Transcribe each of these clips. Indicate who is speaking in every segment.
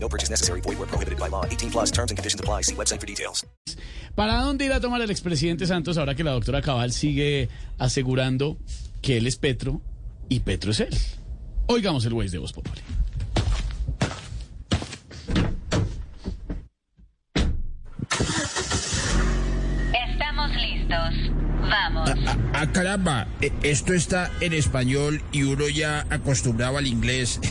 Speaker 1: No purchase necessary. Void where prohibited by law. 18 plus terms and conditions apply. See website for details.
Speaker 2: ¿Para dónde irá a tomar el expresidente Santos ahora que la doctora Cabal sigue asegurando que él es Petro y Petro es él? Oigamos el Waze de Voz Populi.
Speaker 3: Estamos listos. Vamos.
Speaker 4: Ah, caramba, eh, esto está en español y uno ya acostumbrado al inglés.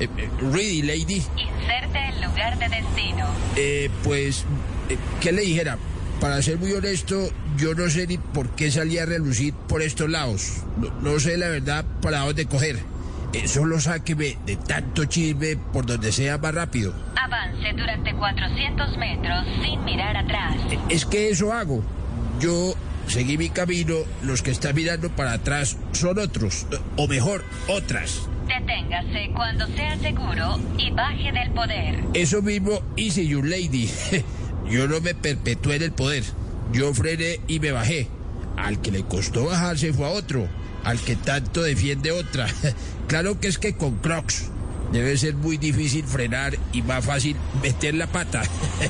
Speaker 4: Eh, eh, Ready, lady,
Speaker 3: Inserte el lugar de destino.
Speaker 4: eh, pues, eh, ¿qué le dijera? Para ser muy honesto, yo no sé ni por qué salí a relucir por estos lados. No, no sé la verdad para dónde coger. Eh, solo sáqueme de tanto chisme por donde sea más rápido.
Speaker 3: Avance durante 400 metros sin mirar atrás.
Speaker 4: Eh, Es que eso hago. Yo seguí mi camino, los que están mirando para atrás son otros, eh, o mejor, otras.
Speaker 3: Deténgase cuando sea seguro y baje del poder.
Speaker 4: Eso mismo hice you lady. Yo no me perpetué en el poder. Yo frené y me bajé. Al que le costó bajarse fue a otro. Al que tanto defiende otra. Claro que es que con Crocs debe ser muy difícil frenar y más fácil meter la pata.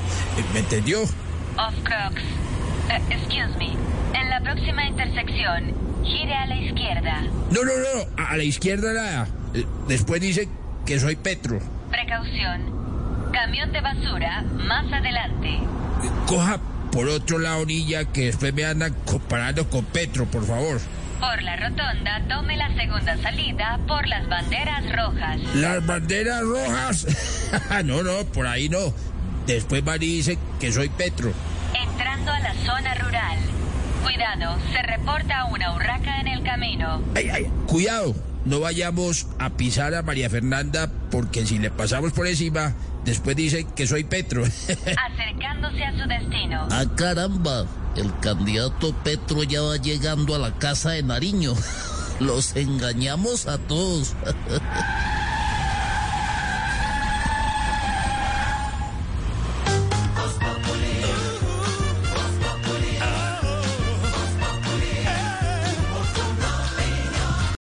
Speaker 4: ¿Me entendió?
Speaker 3: Off Crocs. Eh, excuse me. En la próxima intersección, gire a la izquierda.
Speaker 4: No, no, no. A a la izquierda nada. Eh, Después dice que soy Petro.
Speaker 3: Precaución. Camión de basura más adelante.
Speaker 4: Eh, Coja por otro lado, orilla que después me andan comparando con Petro, por favor.
Speaker 3: Por la rotonda, tome la segunda salida por las banderas rojas.
Speaker 4: Las banderas rojas. no, no, por ahí no. Después van y dicen que soy Petro.
Speaker 3: Entrando a la zona rural. Cuidado, se reporta una urraca en el camino.
Speaker 4: Ay, ay, cuidado, no vayamos a pisar a María Fernanda porque si le pasamos por encima, después dicen que soy Petro.
Speaker 3: Acercándose a su destino.
Speaker 5: Ah, caramba, el candidato Petro ya va llegando a la casa de Nariño. Los engañamos a todos.